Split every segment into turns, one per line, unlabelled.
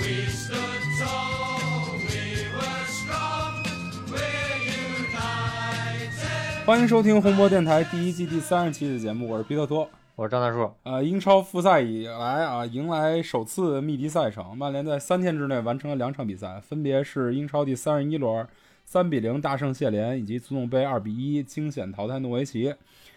stood tall, we were strong, we're united.
欢迎收听红博电台第一季第三十期的节目，我是皮特托。
我是张大树，
呃，英超复赛以来啊，迎来首次密集赛程，曼联在三天之内完成了两场比赛，分别是英超第三十一轮三比零大胜谢联，以及足总杯二比一惊险淘汰诺维奇。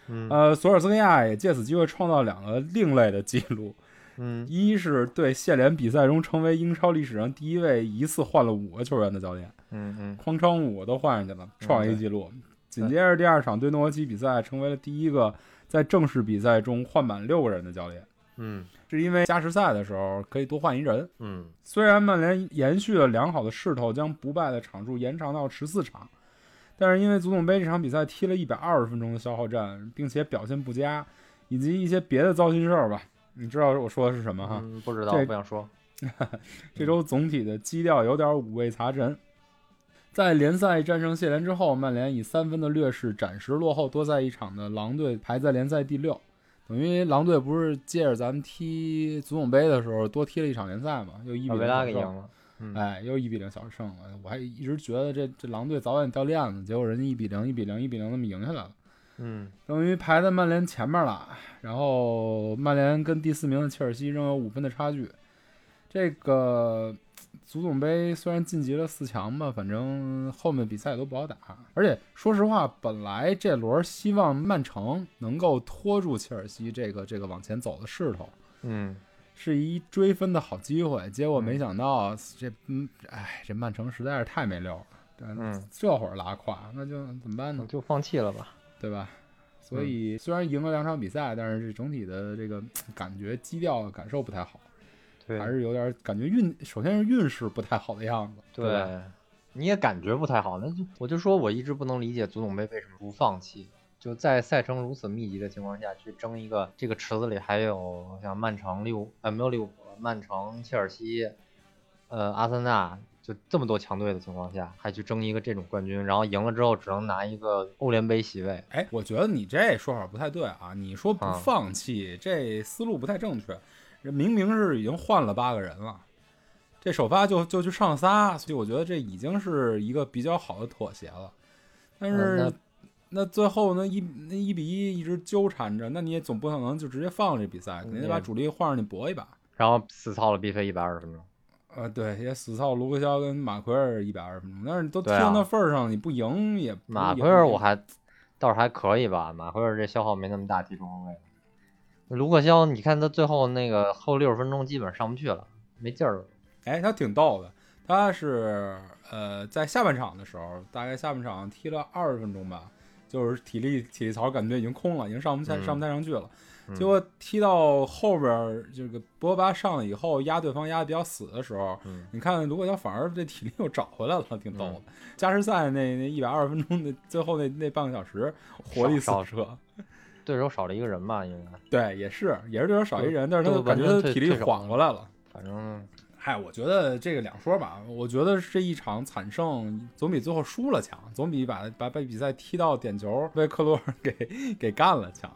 嗯
呃，索尔斯克亚也借此机会创造两个另类的记录，
嗯，
一是对谢联比赛中成为英超历史上第一位一次换了五个球员的教练，
嗯嗯，
哐当五都换上去了，创一
对
记录。紧接着第二场对诺维奇比赛，成为了第一个在正式比赛中换满六个人的教练，
嗯
是因为加时赛的时候可以多换一人。
嗯
虽然曼联延续了良好的势头，将不败的场数延长到十四场，但是因为足总杯这场比赛踢了一百二十分钟的消耗战，并且表现不佳，以及一些别的糟心事儿吧，你知道我说的是什么哈？
嗯，不知道
这，
不想说。
这周总体的基调有点五味杂陈。在联赛战胜谢联之后，曼联以三分的劣势暂时落后多赛一场的狼队，排在联赛第六。等于狼队不是借着咱们踢足总杯的时候多踢了一场联赛嘛，又一
把
比
啊维
零
拉
小
给赢
胜，
了，嗯
哎，又一比零小胜了。我还一直觉得这这狼队早晚掉链子，结果人家一比零、一比零、一比零那么赢下来了。
嗯
等于排在曼联前面了。然后曼联跟第四名的切尔西仍有五分的差距。这个嘖足总杯虽然晋级了四强吧，反正后面比赛也都不好打。而且说实话，本来这轮希望曼城能够拖住切尔西这个这个往前走的势头。
嗯
是一追分的好机会，结果没想到这，嗯，哎，这曼城实在是太没溜了，这
嗯，
这会儿拉胯，那就怎么办呢
我？就放弃了吧。
对吧？所以虽然赢了两场比赛，但是这整体的这个嗯感觉基调感受不太好，
对
还是有点感觉运，首先是运势不太好的样子。对吧，
对，你也感觉不太好。那就我就说我一直不能理解足总杯为什么不放弃，就在赛程如此密集的情况下去争一个这个池子里还有像曼城、利物呃没有利物浦了，曼城、切尔西，呃阿森纳。就这么多强队的情况下，还去争一个这种冠军，然后赢了之后只能拿一个欧联杯席位。
哎，我觉得你这说法不太对啊！你说不
啊
放弃，这思路不太正确。这明明是已经换了八个人了，这首发就就去上仨，所以我觉得这已经是一个比较好的妥协了。但是、
嗯
那最后那一那一比一一直纠缠着，那你也总不可能就直接放这比赛，肯定得把
嗯
主力换上去搏一把。
然后死操了 B 费一百二十分钟。
呃，对，也死操卢克肖跟马奎尔一百二十分钟，但是你都踢
对啊
到那份儿上，你不赢也不
马
也
奎尔
不
我还倒是还可以吧，马奎尔这消耗没那么大，踢中后卫。卢克肖，你看他最后那个后六十分钟基本上不去了，没劲儿了。
哎，他挺逗的，他是呃在下半场的时候，大概下半场踢了二十分钟吧，就是体力体力槽感觉已经空了，已经上不太、
嗯
上不太上去了。
嗯
结果踢到后边儿这个博格巴上了以后，压对方压的比较死的时候，
嗯
你看卢克肖反而这体力又找回来了，挺逗的。加时赛那那一百二十分钟的最后那那半个小时，活力四
少
射。
对手少了一个人吧，应该，
对，也是，也是对手少一人，但是他
就
就感觉
完
他
全退
体力
退守
缓过来了。
反正
嗨，我觉得这个两说吧，我觉得这一场惨胜总比最后输了强，总比把把把比赛踢到点球被克罗尔 给给干了强。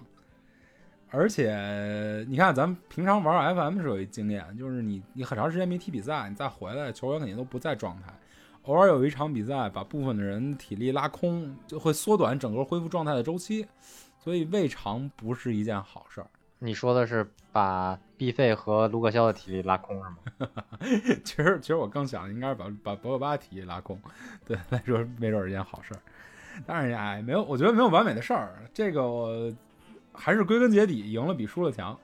而且你看，咱们平常玩 FM 是有一经验，就是你你很长时间没踢比赛，你再回来，球员肯定都不在状态。偶尔有一场比赛把部分的人体力拉空，就会缩短整个恢复状态的周期，所以未尝不是一件好事儿。
你说的是把 B 费和卢克肖的体力拉空是吗？
其实，其实我更想的应该是把把博格巴体力拉空，对 他来说没准儿是件好事儿。但是哎，没有，我觉得没有完美的事儿。这个我还是归根结底赢了比输了强，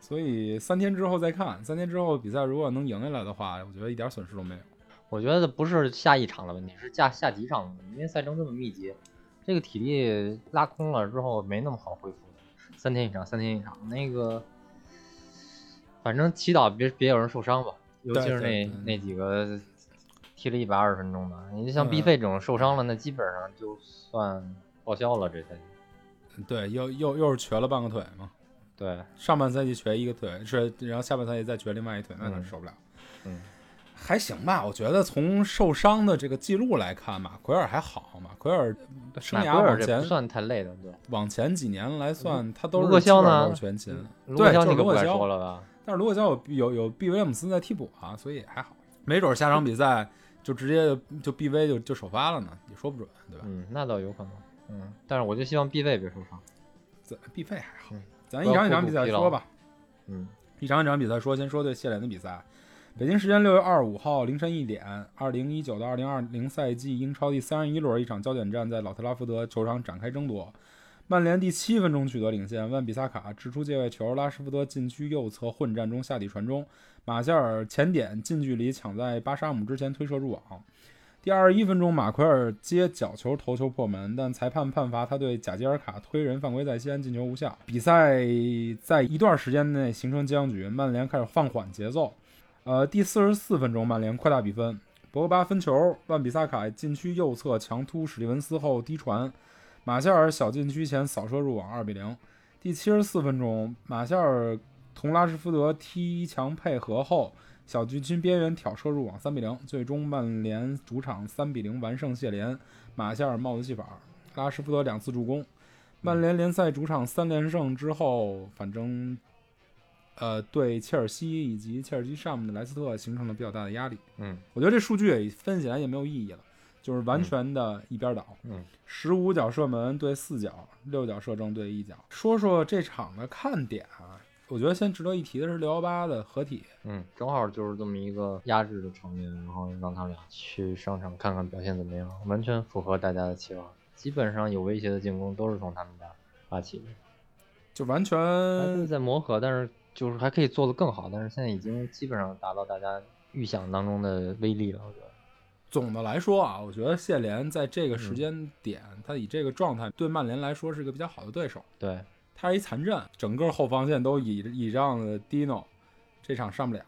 所以三天之后再看。三天之后比赛如果能赢下来的话，我觉得一点损失都没有。
我觉得不是下一场的问题，是下下几场的问题，因为赛程这么密集，这个体力拉空了之后没那么好恢复的，三天一场，三天一场，那个，反正祈祷别别有人受伤吧，尤其是
对对对
那那几个踢了一百二十分钟的，你就像
嗯
B 费这种受伤了，那基本上就算报销了这赛季。
对，又又又是瘸了半个腿嘛，
对，
上半赛季瘸一个腿，是然后下半赛季再瘸另外一腿，那就
嗯
受不了。
嗯，
还行吧，我觉得从受伤的这个记录来看，马奎尔还好，马奎尔生涯
马奎
往
尔这
前
不算太累的，对。
往前几年来算，他都是
卢克肖
基本上
呢嗯
都是全勤。
卢
对，
克肖
就是
你可
卢
不
克
敢说
肖，
了吧？
但是卢克肖有有有 B 威廉姆斯在替补啊，所以还好。没准儿下场比赛就直接就就 BV 就就首发了呢，也说不准，对吧？
嗯，那倒有可能。嗯，但是我就希望 B 位别受伤。
咱 B 费还好
嗯，
咱一场一场比
不要
赛
过度疲劳
说吧，
嗯，
一场一场比赛说，先说对谢脸的比赛。北京时间六月二十五号凌晨一点，二零一九到二零二零赛季英超第三十一轮一场焦点战在老特拉福德球场展开争夺。曼联第七分钟取得领先，万比萨卡掷出界外球，拉什福德禁区右侧混战中下底传中，马夏尔前点近距离抢在巴沙姆之前推射入网。第二十一分钟，马奎尔接角球头球破门，但裁判判罚他对贾吉尔卡推人犯规在先，进球无效。比赛在一段时间内形成僵局，曼联开始放缓节奏。呃，第四十四分钟，曼联扩大比分，博格巴分球，万比萨卡禁区右侧强突史蒂文斯后低传，马夏尔小禁区前扫射入网，二比零。第七十四分钟，马夏尔同拉什福德踢墙配合后，小禁区边缘挑射入网，三比零，最终曼联主场三比零完胜谢联，马夏尔帽子戏法，拉什福德两次助攻，曼联联赛主场三连胜之后，反正呃对切尔西以及切尔西上面的莱斯特形成了比较大的压力。
嗯，
我觉得这数据也分起来也没有意义了，就是完全的一边倒。
嗯，
十五脚射门对四脚，六脚射正对一脚。说说这场的看点啊，我觉得先值得一提的是六幺八的合体。
嗯，正好就是这么一个压制的场面，然后让他俩去上场看看表现怎么样，完全符合大家的期望。基本上有威胁的进攻都是从他们家发起的，
就完全
还是在磨合，但是就是还可以做得更好，但是现在已经基本上达到大家预想当中的威力了，我觉得。
总的来说啊，我觉得谢联在这个
嗯
时间点，他以这个状态对曼联来说是一个比较好的对手。
对，
他是一残阵，整个后防线都倚倚仗的 Dino，这场上不了，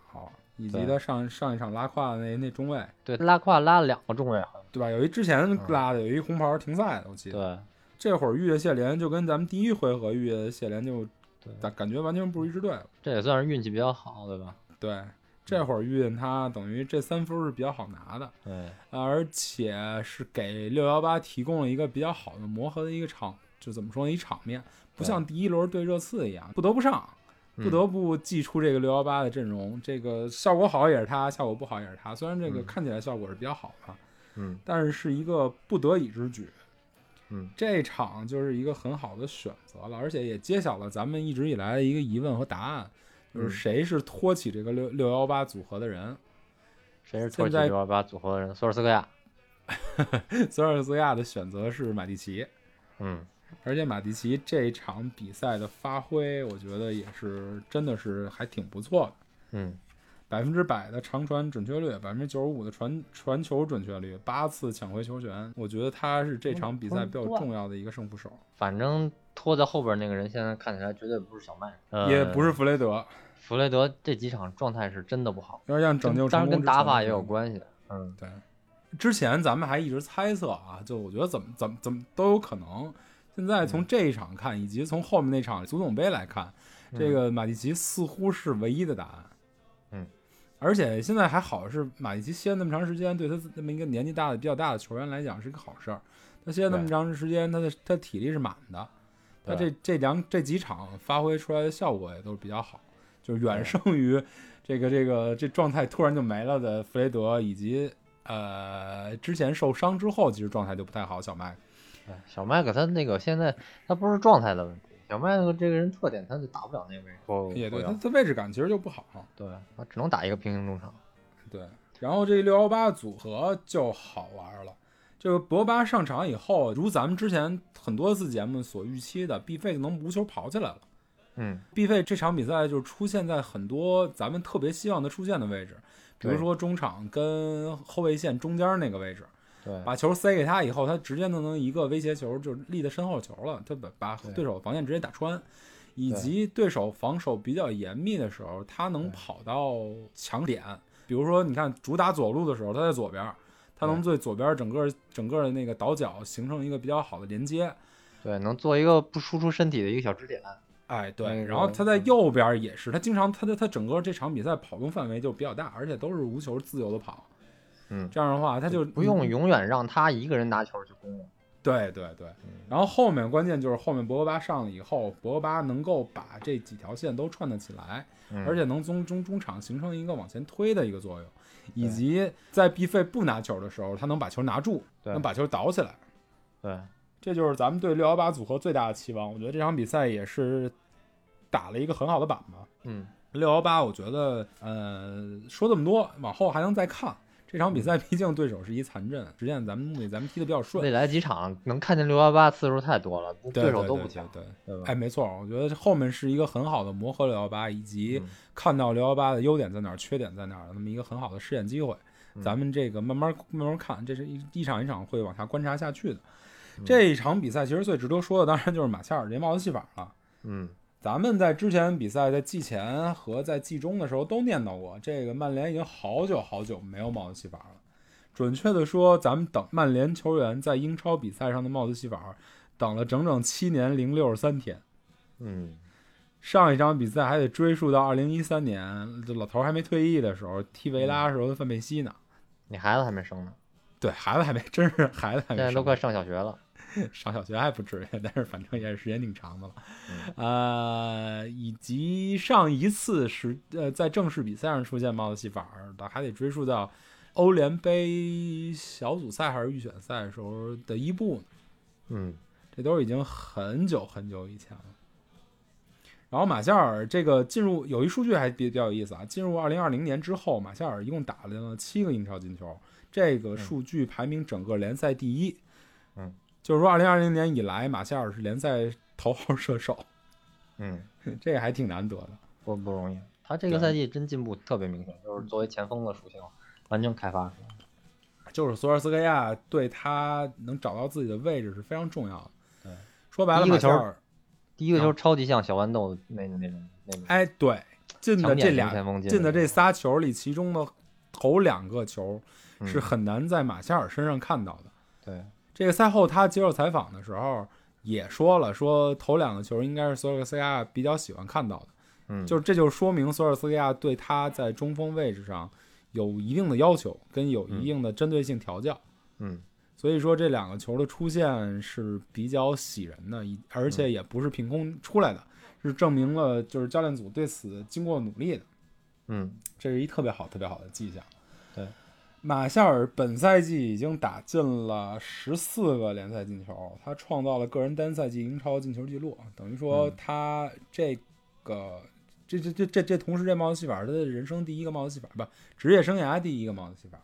以及
对
他上上一场拉胯的那那中卫，
对，拉胯拉了两个中卫，好像
对吧？有一之前拉的，有一红牌停赛的，我记得。
嗯对
这会儿遇见谢联，就跟咱们第一回合遇见谢联就
对，
感感觉完全不是一支队伍。
这也算是运气比较好，对吧？
对，这会儿遇见他，等于这三分是比较好拿的。
对，
而且是给六幺八提供了一个比较好的磨合的一个场，就怎么说呢，一场面，不
对
像第一轮对热刺一样，不得不上，
嗯
不得不祭出这个六幺八的阵容。这个效果好也是他，效果不好也是他。虽然这个
嗯
看起来效果是比较好的，
嗯
但是是一个不得已之举。
嗯
这场就是一个很好的选择了，而且也揭晓了咱们一直以来的一个疑问和答案，就是
嗯
谁是托起这个六六幺八组合的人。
谁是土耳其
现在
六幺八组合的人？索尔斯克亚。
泽尔斯亚的选择是马蒂奇。
嗯，
而且马蒂奇这场比赛的发挥，我觉得也是真的是还挺不错的，
嗯，
百分之百的长传准确率，百分之九十五的传传球准确率，八次抢回球权，我觉得他是这场比赛比较重要的一个胜负手，
反正拖在后边那个人现在看起来绝对不是小麦，呃、
也不是弗雷德，
弗雷德这几场状态是真的不好，
有点像拯救
当
成功
然跟
之前
打
的
法
那
也有
种。
关系。嗯，
对，之前咱们还一直猜测啊，就我觉得怎么怎么怎么都有可能。现在
嗯
从这一场看，以及从后面那场足总杯来看，这个马蒂奇似乎是唯一的答案。
嗯，
而且现在还好是马蒂奇歇了那么长时间，对他那么一个年纪大的比较大的球员来讲是个好事儿。他歇了那么
对
长时间，他的他体力是满的，他这
对
这两这几场发挥出来的效果也都是比较好，就是远胜于这个这个这状态突然就没了的弗雷德，以及呃之前受伤之后其实状态就不太好小麦。
哎小麦克他那个现在他不是状态的问题，小麦克这个人特点他就打不了那个位置，啊不
也对，
不
他
了
他位置感其实就不好。
对他只能打一个平行中场。
对，然后这六幺八组合就好玩了。这个博巴上场以后，如咱们之前很多次节目所预期的，毕费就能无球跑起来了。
嗯，
毕费这场比赛就是出现在很多咱们特别希望他出现的位置，比如
对
说中场跟后卫线中间那个位置，
对，
把球塞给他以后，他直接就能一个威胁球就立在身后球了，他把把
对
对手防线直接打穿，以及对手防守比较严密的时候，他能
对
跑到强点。比如说，你看主打左路的时候，他在左边，他能对左边整个整个的那个倒角形成一个比较好的连接。
对，能做一个不输出身体的一个小支点。
哎，
那
对，
个
然后他在右边也是，他经常他的他整个这场比赛跑动范围就比较大，而且都是无球自由的跑。
嗯
这样的话他就
不用永远让他一个人拿球去攻了。
对对对，
嗯
然后后面关键就是后面博格巴上了以后，博格巴能够把这几条线都串得起来，
嗯
而且能从中中场形成一个往前推的一个作用，以及在 B 费不拿球的时候，他能把球拿住，
对
能把球倒起来。
对，
这就是咱们对六幺八组合最大的期望。我觉得这场比赛也是打了一个很好的板吧。
嗯，
六幺八，我觉得呃，说这么多，往后还能再看。这场比赛毕竟对手是一残阵，实现咱们目的，咱们踢的比较顺
未。来几场能看见六幺八次数太多了，
对
手都不
对
强，嗯
对对对
对吧
哎，？没错，我觉得后面是一个很好的磨合六幺八，以及
嗯
看到六幺八的优点在哪儿、缺点在哪儿，那么一个很好的试验机会。
嗯
咱们这个慢慢慢慢看，这是一一场一场会往下观察下去的。
嗯
这一场比赛其实最值得说的，当然就是马夏尔这帽子戏法了。
嗯，
咱们在之前比赛在季前和在季中的时候都念叨过，这个曼联已经好久好久没有帽子戏法了。准确的说，咱们等曼联球员在英超比赛上的帽子戏法，等了整整七年零六十三天。
嗯，
上一场比赛还得追溯到二零一三年，这老头儿还没退役的时候，踢维拉的时候的范佩西呢。
你孩子还没生呢，
对孩子还没，真是孩子还
现
没
在
生
都快上小学了。
上小学还不至于， 但是反正也是时间挺长的了。呃，以及上一次是呃在正式比赛上出现帽子戏法儿的，还得追溯到欧联杯小组赛还是预选赛的时候的伊布呢，
嗯，
这都已经很久很久以前了。然后马夏尔这个进入有一数据还比比较有意思啊，进入二零二零年之后，马夏尔一共打了七个英超进球，这个数据排名整个联赛第一。
嗯，
就是说二零二零年以来，马夏尔是联赛头号射手，
嗯，
这个还挺难得的。
不不容易。他这个
对
赛季真进步特别明显，就是作为前锋的属性完全开发出来了。
就是索尔斯克亚对他能找到自己的位置是非常重要的。
对，
说白了，
第一
马
个
夏
球
尔，
第一个
啊
球超级像小豌豆那个那种那种，
哎，对，进的
常
这
年
俩
前锋进
进的
的
这仨球里，其中的头两个球
嗯
是很难在马夏尔身上看到的。
对，
这个赛后他接受采访的时候也说了，说头两个球应该是索尔斯克亚比较喜欢看到的。
嗯，
就是这就说明索尔斯克亚对他在中锋位置上有一定的要求，跟有一定的针对性调教。
嗯
所以说这两个球的出现是比较喜人的，以而
嗯
且也不是凭空出来的，是证明了就是教练组对此经过努力的，
嗯，
这是一特别好特别好的迹象。
对，
马夏尔本赛季已经打进了十四个联赛进球，他创造了个人单赛季英超进球纪录，等于说
嗯
他这个。这这这这这，同时这帽子戏法儿，他的人生第一个帽子戏法儿不，职业生涯第一个帽子戏法儿，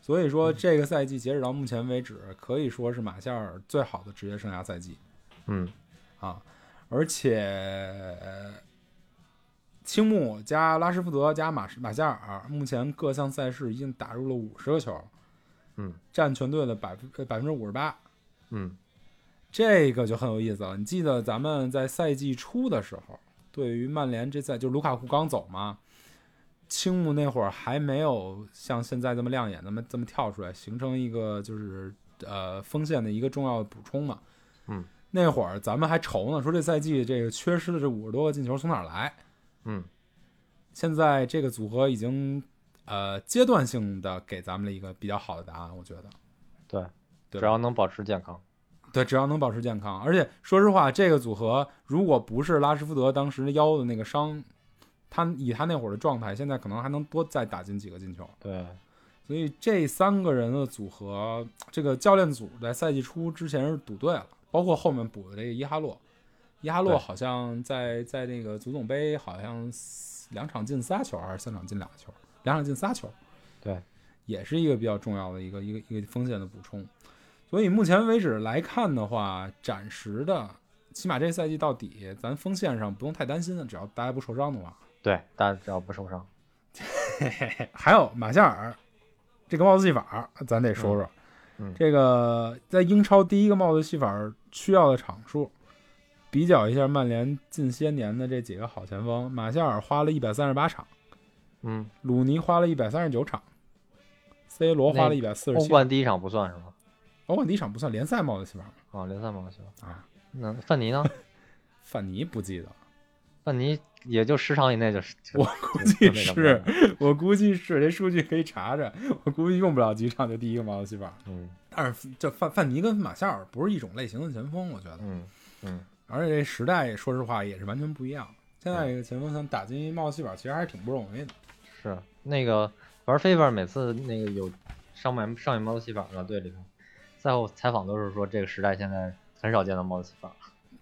所以说这个赛季截止到目前为止，可以说是马夏尔最好的职业生涯赛季
嗯
啊！而且，呃青木加拉什福德加马马夏尔，目前各项赛事已经打入了五十个球，
嗯，
占全队的百分呃百分之五十八，
嗯
这个就很有意思了。你记得咱们在赛季初的时候，对于曼联这赛就是卢卡库刚走嘛，青木那会儿还没有像现在这么亮眼，那么这么跳出来，形成一个就是呃锋线的一个重要的补充嘛。
嗯，
那会儿咱们还愁呢，说这赛季这个缺失的这五十多个进球从哪儿来？
嗯
现在这个组合已经呃阶段性的给咱们了一个比较好的答案，我觉得。
对，
对
只要能保持健康，
对，只要能保持健康，而且说实话，这个组合如果不是拉什福德当时的腰的那个伤，他以他那会儿的状态，现在可能还能多再打进几个进球。
对，
所以这三个人的组合，这个教练组在赛季初之前是赌对了，包括后面补的这个伊哈洛，伊哈洛
对
好像在在那个足总杯好像两场进仨球，还是三场进俩球，两场进仨球，
对，
也是一个比较重要的一个一个一个风险的补充。所以目前为止来看的话，暂时的，起码这赛季到底，咱锋线上不用太担心了，只要大家不受伤的话。
对，大家只要不受伤，
还有马夏尔这个帽子戏法儿，咱得说说。
嗯嗯
这个在英超第一个帽子戏法儿需要的场数，比较一下曼联近些年的这几个好前锋，马夏尔花了一百三十八场，
嗯，
鲁尼花了一百三十九场，C 罗花了一百四十
欧
七。
冠第一场不算是吗？
欧冠第一场不算联赛帽子戏法儿吗，
啊，联赛嘛行
啊。
那范 尼呢？
范尼不记得 了，
范尼也就十场以内就是，
我
估
计是，我估计是这数据可以查查，我估计用不了几场就第一个帽子戏法儿。
嗯
但是这范范尼跟马夏尔不是一种类型的前锋，我觉得。
嗯嗯，
而且这时代也说实话也是完全不一样。现在这个前锋想打进一帽戏法，其实还是挺不容易的。
是那个玩 FIFA 每次那个有上面上面帽子戏法的队里头，赛后采访都是说这个时代现在很少见到帽子戏法。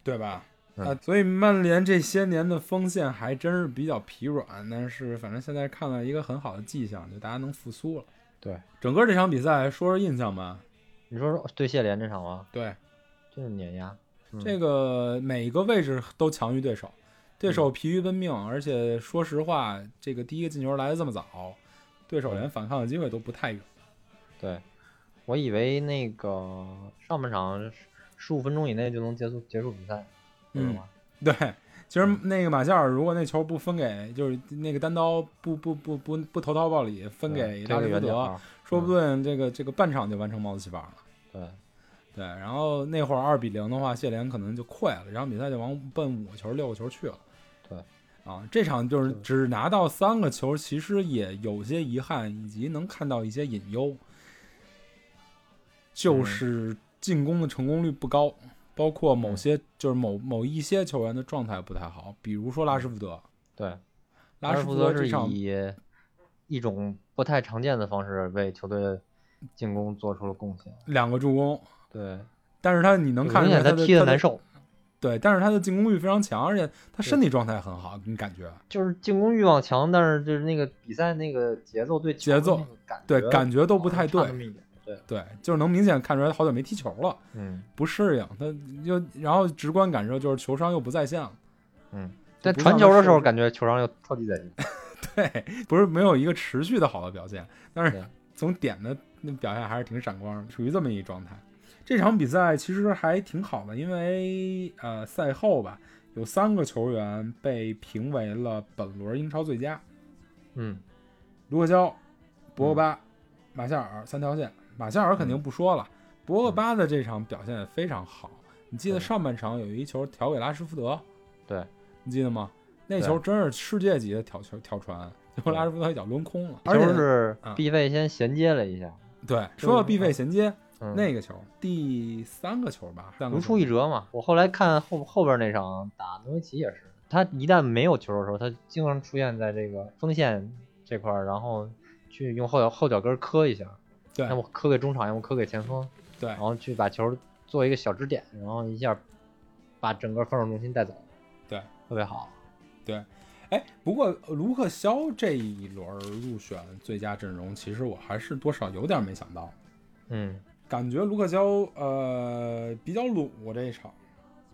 对吧？
嗯
啊，所以曼联这些年的锋线还真是比较疲软，但是反正现在看到一个很好的迹象，就大家能复苏了。
对，
整个这场比赛说说印象吧。
你说说对谢联这场吗？
对，
就是碾压。嗯
这个每一个位置都强于对手，对手疲于奔命，而且说实话，这个第一个进球来的这么早，对
嗯
手连反抗的机会都不太有。
对，我以为那个上半场十五分钟以内就能结束结束比赛，对
嗯
吧？
对，其实
嗯
那个马夏尔如果那球不分给，就是那个单刀不不不不不头套暴里分给
对
拉
这
什
个
福
原点
德，
啊，
说不定这个这个半场就完成帽子戏法了。
对
对，然后那会儿二比零的话，谢联可能就快了，然后比赛就往奔五个球、六个球去了。
对，
啊，这场就是
对
只拿到三个球，其实也有些遗憾，以及能看到一些隐忧，
嗯
就是进攻的成功率不高，包括
嗯
某些就是某某一些球员的状态不太好，比如说拉什福德，
对，
拉
嗯什
什福
德
这
是
场
以一种不太常见的方式为球队进攻做出了贡献。
两个助攻，
对，
但是他你能
就
看
明
出来
显
他
踢
的
的
他
难受，
对，但是他的进攻欲非常强，而且他身体状态很好，你感觉？
就是进攻欲望强，但是就是那个比赛那个节奏对球
节
的
奏
那个感
对
觉
感觉都
好
不
像
太
差
对
那么一点对，
对，就是能明显看出来好久没踢球了，
嗯
不适应。他又然后直观感受就是球商又不在线了，
嗯，在
不
传
像
球
他
的时
受
候
伤
感觉球上又超级在 劲。
对，不是没有一个持续的好的表现，但是
对
从点的那表现还是挺闪光的，处于这么一状态。这场比赛其实还挺好的，因为呃赛后吧，有三个球员被评为了本轮英超最佳，
嗯，
卢克肖、博格巴、马夏尔三条线。马夏尔肯
嗯
定不说了，博格巴的这场表现也非常好。你记得
对
上半场有一球挑给拉什福德，
对，
你记得吗？那球真是世界级的挑球挑传，最后拉什福德一脚抡空了。而
就
且
是
啊
必费先衔接了一下，
对，说到
就是
必费衔接
嗯，
那个球，第三个球吧，
如出一
辙。
辙嘛。我后来看后后边那场打诺维奇也是，他一旦没有球的时候，他经常出现在这个锋线这块儿，然后去用后脚后脚跟儿磕一下，
对
要么磕给中场，要么磕给前锋，
对
然后去把球做一个小支点，然后一下把整个防守中心带走，
对，
特别好。
哎，不过卢克肖这一轮入选最佳阵容，其实我还是多少有点没想到。
嗯
感觉卢克肖呃比较鲁这一场，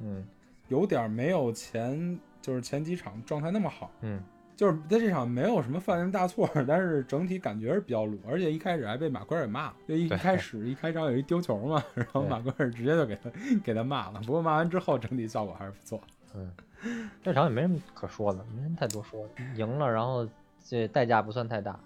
嗯
有点没有前就是前几场状态那么好，
嗯，
就是在这场没有什么犯什么大错，但是整体感觉是比较鲁，而且一开始还被马奎尔给骂了，就一
对
开始一开场有一丢球嘛， 然后
对
马奎尔直接就给他给他骂了，不过骂完之后整体效果还是不错，
嗯这场也没什么可说的，没什么太多说的，赢了，然后这代价不算太大。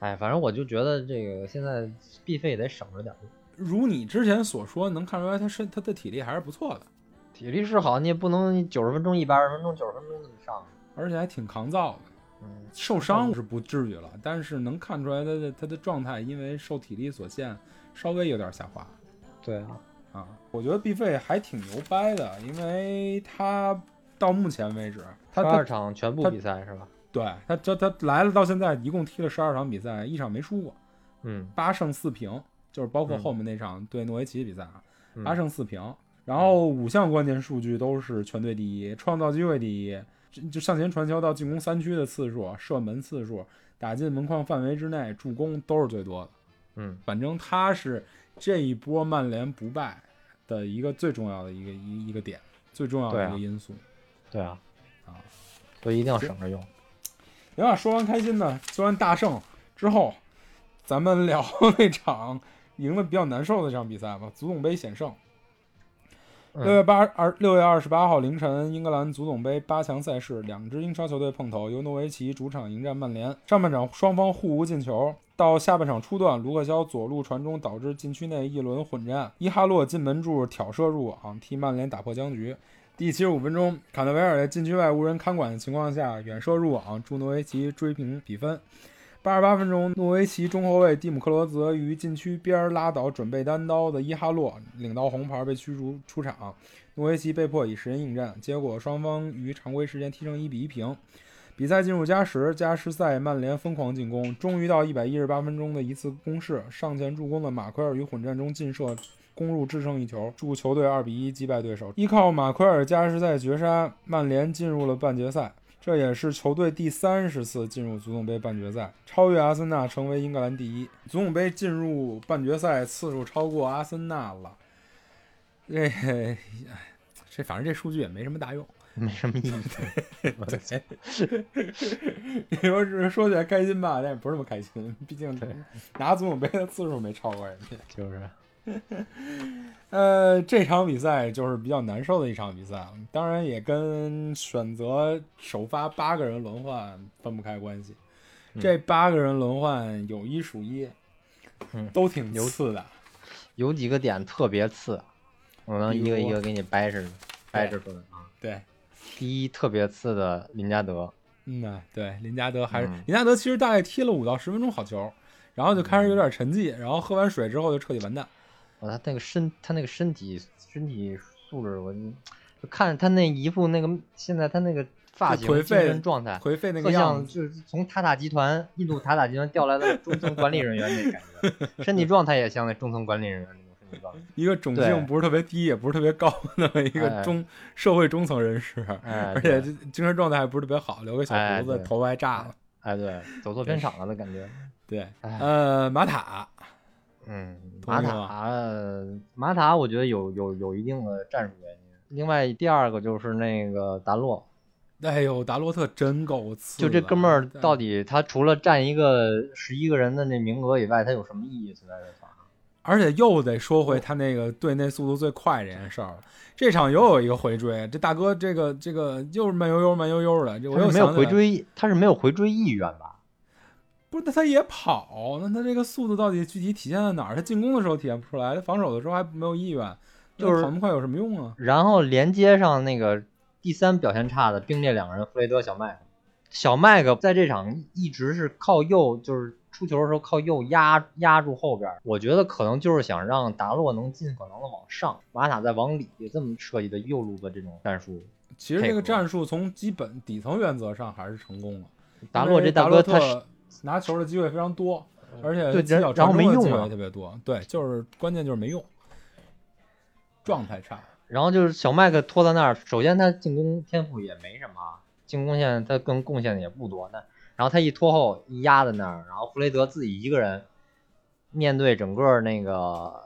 哎，反正我就觉得这个现在必费得省着点儿
如你之前所说，能看出来他身他的体力还是不错的，
体力是好，你也不能九十分钟、一百二十分钟、九十分钟这么上。
而且还挺抗造的。
嗯，
受伤是不至于了，但是能看出来他的他的状态，因为受体力所限，稍微有点下滑
对啊，
啊。我觉得毕费还挺牛掰的，因为他到目前为止，他
十二
他
场全部
他
比赛是吧？
对他这他来了到现在一共踢了十二场比赛，一场没输过，
嗯，
八胜四平，就是包括
嗯
后面那场对诺维奇的比赛啊，
嗯
八胜四平。然后五项关键数据都是全队第一，创造机会第一，就就向前传球到进攻三区的次数、射门次数、打进门框范围之内、助攻都是最多的。
嗯
反正他是这一波曼联不败的一个最重要的一个一一个点，最重要
对
的
啊
一个因素。
对啊，
啊，
所以一定要省着用。
行啊，说完开心的，说完大胜之后，咱们聊 那场赢得比较难受的这场比赛吧，足总杯险胜。
嗯
六月八二六月二十八号凌晨，英格兰足总杯八强赛事，两支英超球队碰头，由诺维奇主场迎战曼联。上半场双方互无进球，到下半场初段，卢克肖左路传中导致禁区内一轮混战，伊哈洛进门柱挑射入网，替曼联打破僵局。第七十五分钟，坎特维尔在禁区外无人看管的情况下远射入网，助诺维奇追平比分。八十八分钟，诺维奇中后卫蒂姆克罗泽于禁区边拉倒准备单刀的伊哈洛，领到红牌被驱逐出场。诺维奇被迫以十人应战，结果双方于常规时间踢成一比一平。比赛进入加时，加时赛曼联疯狂进攻，终于到一百一十八分钟的一次攻势，上前助攻的马奎尔于混战中劲射攻入制胜一球，助球队二比一击败对手。依靠马奎尔加时赛绝杀，曼联进入了半决赛。这也是球队第三十次进入足总杯半决赛，超越阿森纳，成为英格兰第一。足总杯进入半决赛次数超过阿森纳了。这，哎这反正这数据也没什么大用。
没什 么意义。我的天
你说是说起来开心吧，但也不是那么开心，毕竟拿足总杯的次数没超过人家。
就是
呃，这场比赛就是比较难受的一场比赛了，当然也跟选择首发八个人轮换分不开关系。
嗯
这八个人轮换有一数一，
嗯
都挺牛刺的。
有几个点特别次，我能一个一个给你掰扯掰扯出来啊。
对，
第一特别次的林加德，
嗯呐，对，林加德还是、
嗯
林加德，其实大概踢了五到十分钟好球，然后就开始有点沉寂，然后喝完水之后就彻底完蛋。
哇，啊他那个身，他那个身体身体素质，我就就看着他那一副那个现在他那个发型
就颓
精
废
神状态，
颓废那
特
个样
像
子，
就是从塔塔集团印度塔塔集团调来的中层管理人员那感 觉，身体状态也像那中层管理人员那种身体状态。
一个种
对
姓不是特别低，也不是特别高的那么一个
哎
中、社会中层人士，
哎，
而且
对
这精神状态还不是特别好，留个小
哎
胡子，
对
头发还炸了。
哎对，走错片场了的感觉。
对，
哎
呃，马塔，
嗯，
同
马
意
塔马塔，我觉得有有有一定的战术原因。另外第二个就是那个达洛，
哎呦，达洛特真够次
就
的，
这哥们儿到
底，
底他除了占一个十一个人的那名额以外，他有什么意义存在这场？
而且又得说
哦
回他那个队内速度最快这件事儿了。这场又有一个回追，这大哥这个这个又是慢悠悠慢悠悠的，这我
他
又
是没
想
有
起来
回
了，
追，他是没有回追意愿吧？
不是那他也跑，那他这个速度到底具体体现在哪儿？他进攻的时候体现不出来，他防守的时候还没有意愿，
就是
那跑那么快有什么用啊？
然后连接上那个第三表现差的并列两人弗雷德小麦克，小麦克在这场一直是靠右，就是出球的时候靠右压压住后边儿。我觉得可能就是想让达洛能尽可能的往上，马塔再往里这么设计的右路的这种战术。
其实
配
这个
合
战术从基本底层原则上还是成功了。
达洛这
大
大哥他是嗯
特拿球的机会非常多，而且
对
击角
然后
传中
没
的
用
机会
啊
也特别多。对，就是关键就是没用，状态差。
然后就是小麦克拖在那儿，首先他进攻天赋也没什么啊，进攻线他更贡献的也不多。那然后他一拖后一压在那儿，然后弗雷德自己一个人面对整个那个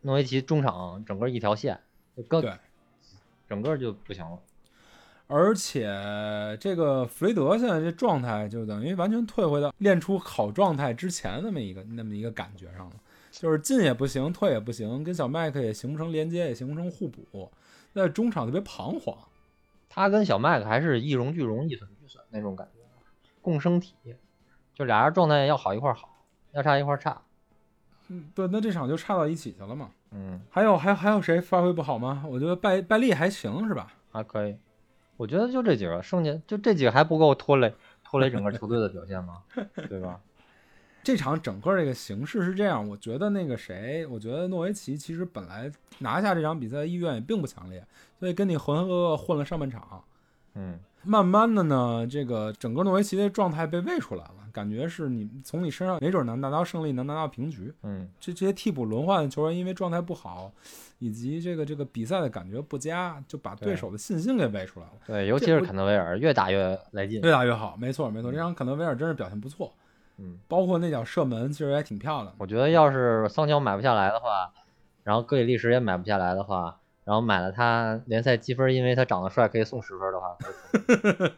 诺维奇中场整个一条线，就更
对
整个就不行了。
而且这个弗雷德现在这状态，就等于完全退回到练出好状态之前那么一个那么一个感觉上了，就是进也不行，退也不行，跟小麦克也形不成连接，也形不成互补，在中场特别彷徨。
他跟小麦克还是一荣俱荣，一损俱损那种感觉，共生体，就俩人状态要好一块儿好，要差一块儿差。
嗯，对，那这场就差到一起去了嘛。
嗯，
还有还有还有谁发挥不好吗？我觉得拜拜利还行是吧？
还可以，我觉得就这几个，剩下就这几个还不够拖累拖累整个球队的表现吗？对吧？
这场整个这个形势是这样，我觉得那个谁，我觉得诺维奇其实本来拿下这场比赛的意愿也并不强烈，所以跟你浑浑噩噩混了上半场。
嗯，
慢慢的呢，这个整个诺维奇的状态被喂出来了，感觉是你从你身上没准能拿到胜利，能拿到平局。
嗯，
这这些替补轮换的球员因为状态不好，以及这个这个比赛的感觉不佳，就把对
对
手的信心给喂出来了。
对，尤其
这
是
我
肯德维尔，越打越来劲。
越打越好，没错没错，这场可能威尔真是表现不错，
嗯，
包括那脚射门其实也挺漂亮的。
我觉得要是桑乔买不下来的话，然后格里利什也买不下来的话，然后买了他联赛积分，因为他长得帅可以送十分的话，可以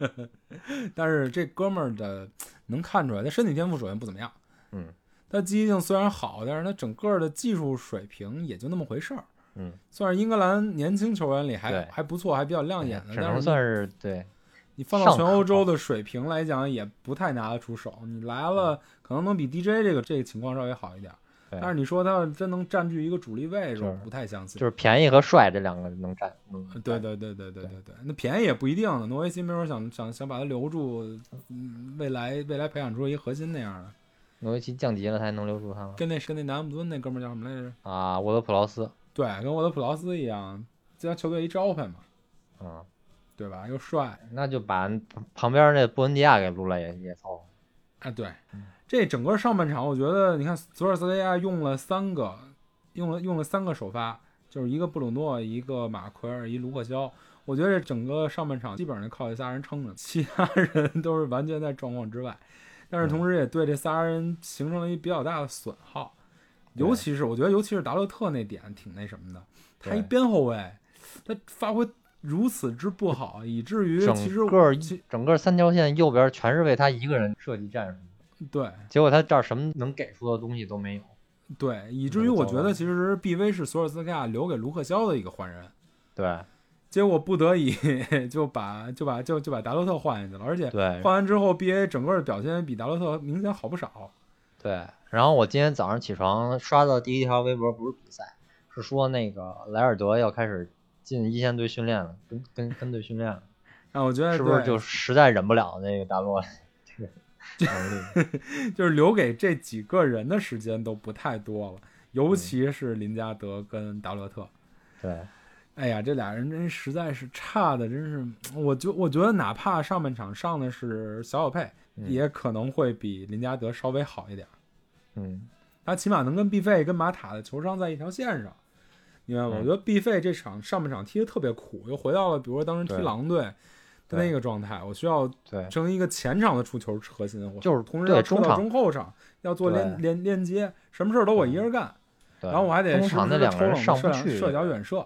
但是这哥们儿的能看出来，他身体天赋首先不怎么样，
嗯，
他积极性虽然好，但是他整个的技术水平也就那么回事儿，
嗯，
算是英格兰年轻球员里还
对哎
还不错，还比较亮眼的，
只
但
能
是
算是对
你放到
上
全
卡
欧洲的水平来讲，也不太拿得出手。你来了，可能能比 DJ 这个这个情况稍微好一点，
嗯对
但是你说他要真能占据一个主力位置，
就
我
是
不太相信。
就是便宜和帅这两个能占。能
对
占
对对对对对对，那便宜也不一定呢。挪威新没准想想想把他留住，嗯，未来未来培养出一核心那样的，
诺维奇降级了，他还能留住他吗？
跟那跟那南安普敦那哥们儿叫什么来着？
啊，沃德普劳斯，
对，跟沃德普劳斯一样，就像球队一招牌嘛。
嗯，
对吧？又帅
那就把旁边那布恩迪亚给撸了也也凑合。
啊，对，
嗯
这整个上半场，我觉得你看索尔斯克亚用了三个，用了用了三个首发，就是一个布鲁诺，一个马奎尔，一卢克肖。我觉得这整个上半场基本上就靠这仨人撑着，其他人都是完全在状况之外。但是同时也对这仨人形成了一比较大的损耗，
对
尤其是我觉得，尤其是达洛特那点挺那什么的，他一
对
边后卫，他发挥如此之不好，以至于
整
其实
个
其
一整个三条线右边全是为他一个人设计战术，
对
结果他这儿什么能给出的东西都没有。
对，以至
那
于
就
我
糟
觉得
了
其实 B V 是索尔斯克亚留给卢克肖的一个换人，
对
结果不得已 就把就把就就把达洛特换下去了，而且
对
换完之后 B A 整个的表现比达洛特明显好不少。
对。然后我今天早上起床刷到第一条微博，不是比赛，是说那个莱尔德要开始进一线队训练了，跟跟跟队训练了，
啊，我觉得
是不是
对
就实在忍不了那个达洛这个能力？
就是留给这几个人的时间都不太多了，
嗯
尤其是林加德跟达洛特。
对
哎呀，这俩人真实在是差的，真是，我就我觉得哪怕上半场上的是小小佩，
嗯
也可能会比林加德稍微好一点。
嗯，
他起码能跟毕费跟马塔的球商在一条线上。你明白吗？
嗯
我觉得毕费这场上半场踢得特别苦，又回到了比如说当时踢
对
狼队的
对
那个状态。我需要
对
成为一个前场的出球核心，我
就是
同时
对
要出
中
到
场
中后场，要做连
对嗯
连连接，什么事儿都我一人干，
对。
然后我还得
中
时不
场
时
那
地
两
抽
个人
冷
上
射
不
两
去，
射脚远射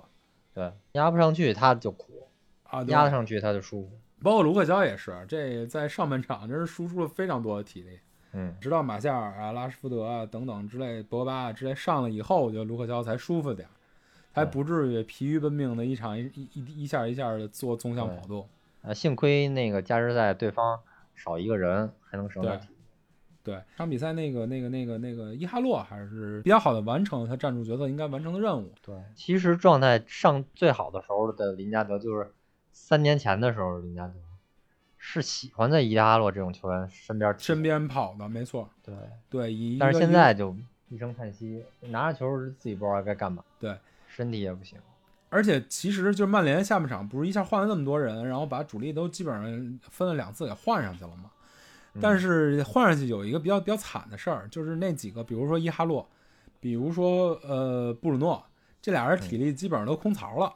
对，压不上去他就苦，
啊，对
压得上去他就舒服。
包括卢克肖也是，这在上半场真是输出了非常多的体力，
嗯，
直到马夏尔啊、拉什福德啊等等之类、博格巴啊之类上了以后，我觉得卢克肖才舒服点儿，才
对
不至于疲于奔命的一场一一一一下一下的做纵向
对
跑动。
啊，幸亏那个加时赛对方少一个人，还能省点
对
体力。
对，这场比赛那个那个那个那个伊哈洛还是比较好的完成了他战术角色应该完成的任务。
对，其实状态上最好的时候的林加德就是三年前的时候，林加德是喜欢在伊阿洛这种球员身边踢
身。边跑的，没错，
对，
对，以一
但
个
是现
一个
在就一声叹息，拿着球自己不知道该干嘛。
对，
身体也不行。
而且其实就是曼联下半场不是一下换了那么多人，然后把主力都基本上分了两次给换上去了嘛。但
嗯
是换上去有一个比较比较惨的事儿，就是那几个，比如说伊哈洛，比如说呃布鲁诺，这俩人体力基本上都空槽了。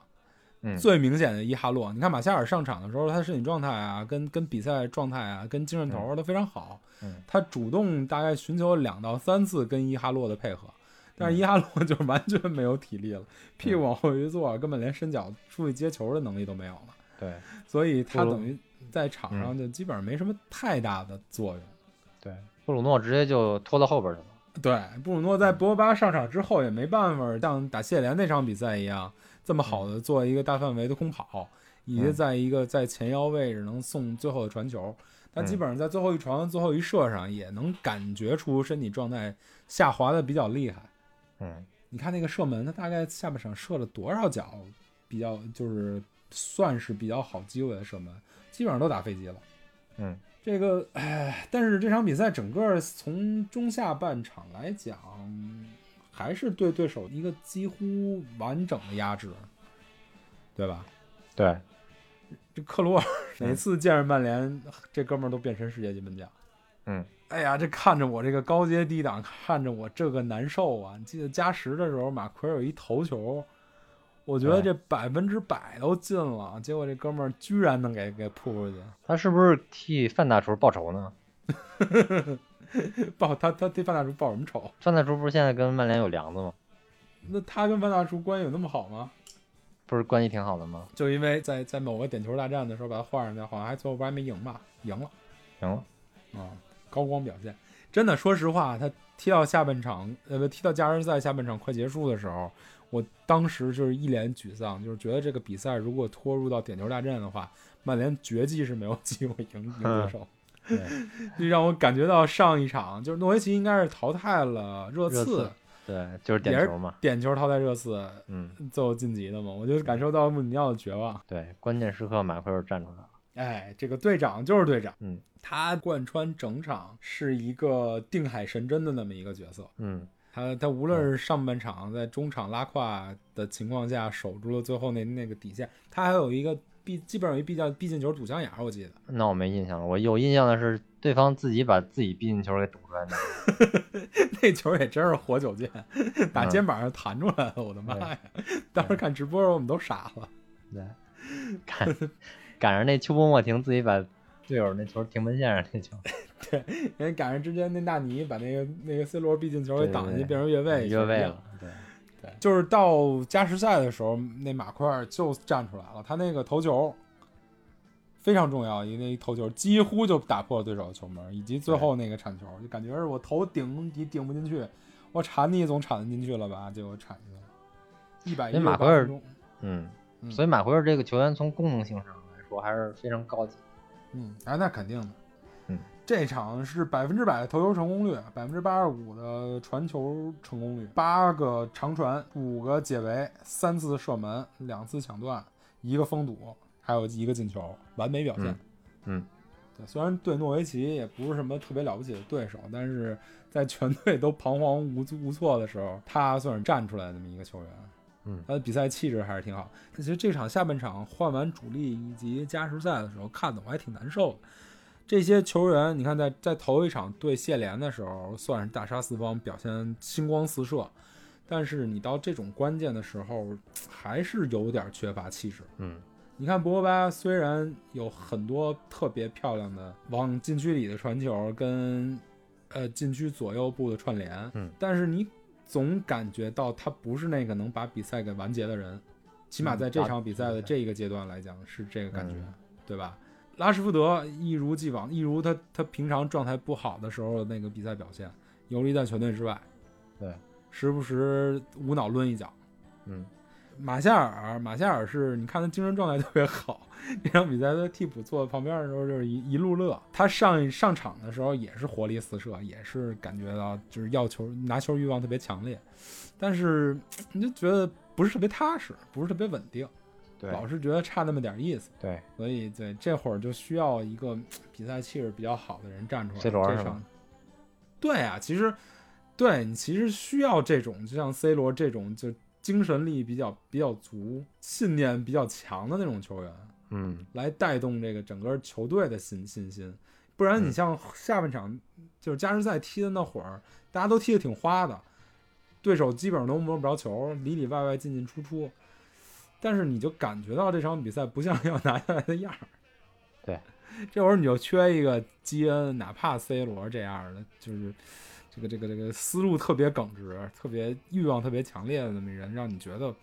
嗯
最明显的伊哈洛，你看马夏尔上场的时候，他身体状态啊，跟跟比赛状态啊，跟精神头儿都非常好。
嗯
他主动大概寻求两到三次跟伊哈洛的配合，
嗯
但是伊哈洛就完全没有体力了，屁股往后一坐，根本连伸脚出去接球的能力都没有了。
对
所以他
布鲁
等于在场上就基本上没什么太大的作用。
对，布鲁诺直接就拖到后边去了。
对，布鲁诺在博格巴上场之后也没办法像打谢联那场比赛一样，这么好的做一个大范围的空跑，以及
嗯
在一个在前腰位置能送最后的传球。他基本上在最后一传、最后一射上也能感觉出身体状态下滑的比较厉害。
嗯，
你看那个射门，他大概下半场射了多少脚，比较就是算是比较好机会的射门，基本上都打飞机了。
嗯，
这个唉，但是这场比赛整个从中下半场来讲，还是对对手一个几乎完整的压制，对吧？
对，
这克罗尔
嗯
每次见着曼联，这哥们儿都变身世界级门将。
嗯，
哎呀，这看着我这个高阶低档，看着我这个难受啊！你记得加时的时候，马奎尔有一头球，我觉得
对
这百分之百都进了，结果这哥们儿居然能给给扑出去，
他是不是替范大厨报仇呢？
报他他对范大厨报什么仇？
范大厨不是现在跟曼联有梁子吗？
那他跟范大厨关系有那么好吗？
不是关系挺好的吗？
就因为在在某个点球大战的时候把他换上去，好像还最后不还没赢吧？赢了。
行了，
啊，高光表现。真的，说实话，他踢到下半场，呃，不，踢到加时赛下半场快结束的时候，我当时就是一脸沮丧，就是觉得这个比赛如果拖入到点球大战的话，曼联绝技是没有机会赢赢对 手。
对
就让我感觉到上一场就是诺维奇应该是淘汰了热刺
热刺，对，就是
也
点
是
球嘛。
点球淘汰热刺，
嗯，
最后晋级的嘛，我就感受到穆里尼奥的绝望。
对，关键时刻马奎尔站出来了。
哎，这个队长就是队长，
嗯，
他贯穿整场是一个定海神针的那么一个角色。
嗯，
他他无
哦
论是上半场在中场拉胯的情况下守住了最后那那个底线，他还有一个必基本上有一必叫必进球堵枪眼儿，我记得。
那我没印象了，我有印象的是对方自己把自己逼进球给堵出来的。
那球也真是活久见，打
嗯哎
肩膀上弹出来了，我的妈呀！ 当时看直播的时候我们都傻了。
对，赶赶上那秋波莫廷自己把队友那球停门线上那球，
人赶上之前那纳尼把那个那个 C 罗逼进球给
对对
挡进去，
对
变成越位，
越位了。。对，
对，就是到加时赛的时候，那马奎尔就站出来了，他那个头球非常重要，一那一头球几乎就打破了对手的球门，以及最后那个铲球，就感觉是我头顶你顶不进去，我铲你也总铲得进去了吧，结果铲进去了。一百一
那
十
马
八
奎尔
分钟，
嗯，
嗯
所以马奎尔这个球员从功能性上来说还是非常高级。
嗯，啊，那肯定的。
嗯，
这场是百分之百的投球成功率，百分之八十五的传球成功率，八个长传，五个解围，三次射门，两次抢断，一个封堵，还有一个进球，完美表现。
嗯嗯
对，虽然对诺维奇也不是什么特别了不起的对手，但是在全队都彷徨无无措的时候，他算是站出来的这么一个球员。
嗯
他的比赛气质还是挺好。其实这场下半场换完主力以及加时赛的时候，看的我还挺难受的。这些球员，你看在在头一场对谢联的时候，算是大杀四方，表现星光四射，但是你到这种关键的时候，还是有点缺乏气势。
嗯，
你看博格巴虽然有很多特别漂亮的往禁区里的传球跟呃禁区左右部的串联，
嗯
但是你总感觉到他不是那个能把比赛给完结的人，起码
嗯
在这
打
场比赛的
对
这一个阶段来讲是这个感觉，
嗯
对吧？拉什福德一如既往，一如他他平常状态不好的时候的那个比赛表现，游离在全队之外，
对，
时不时无脑抡一脚。
嗯，
马夏尔，马夏尔是你看他精神状态特别好，这场比赛他替补坐旁边的时候就是一一路乐。他上上场的时候也是活力四射，也是感觉到就是要球拿球欲望特别强烈，但是你就觉得不是特别踏实，不是特别稳定，
对
老是觉得差那么点意思。
对，
所以对这会儿就需要一个比赛气势比较好的人站出来。
C 罗
这
是
场
吗，
对啊，其实对你其实需要这种，就像 C 罗这种就精神力比较比较足、信念比较强的那种球员，
嗯，
来带动这个整个球队的信信心。不然你
嗯
像下半场就是加时赛踢的那会儿，大家都踢得挺花的，对手基本上都摸不着球，里里外外进进出出。但是你就感觉到这场比赛不像要拿下来的样儿。
对，
这会儿你就缺一个基恩，哪怕 C 罗这样的，就是这个这个这个思路特别耿直、特别欲望特别强烈的那么一人，让你觉得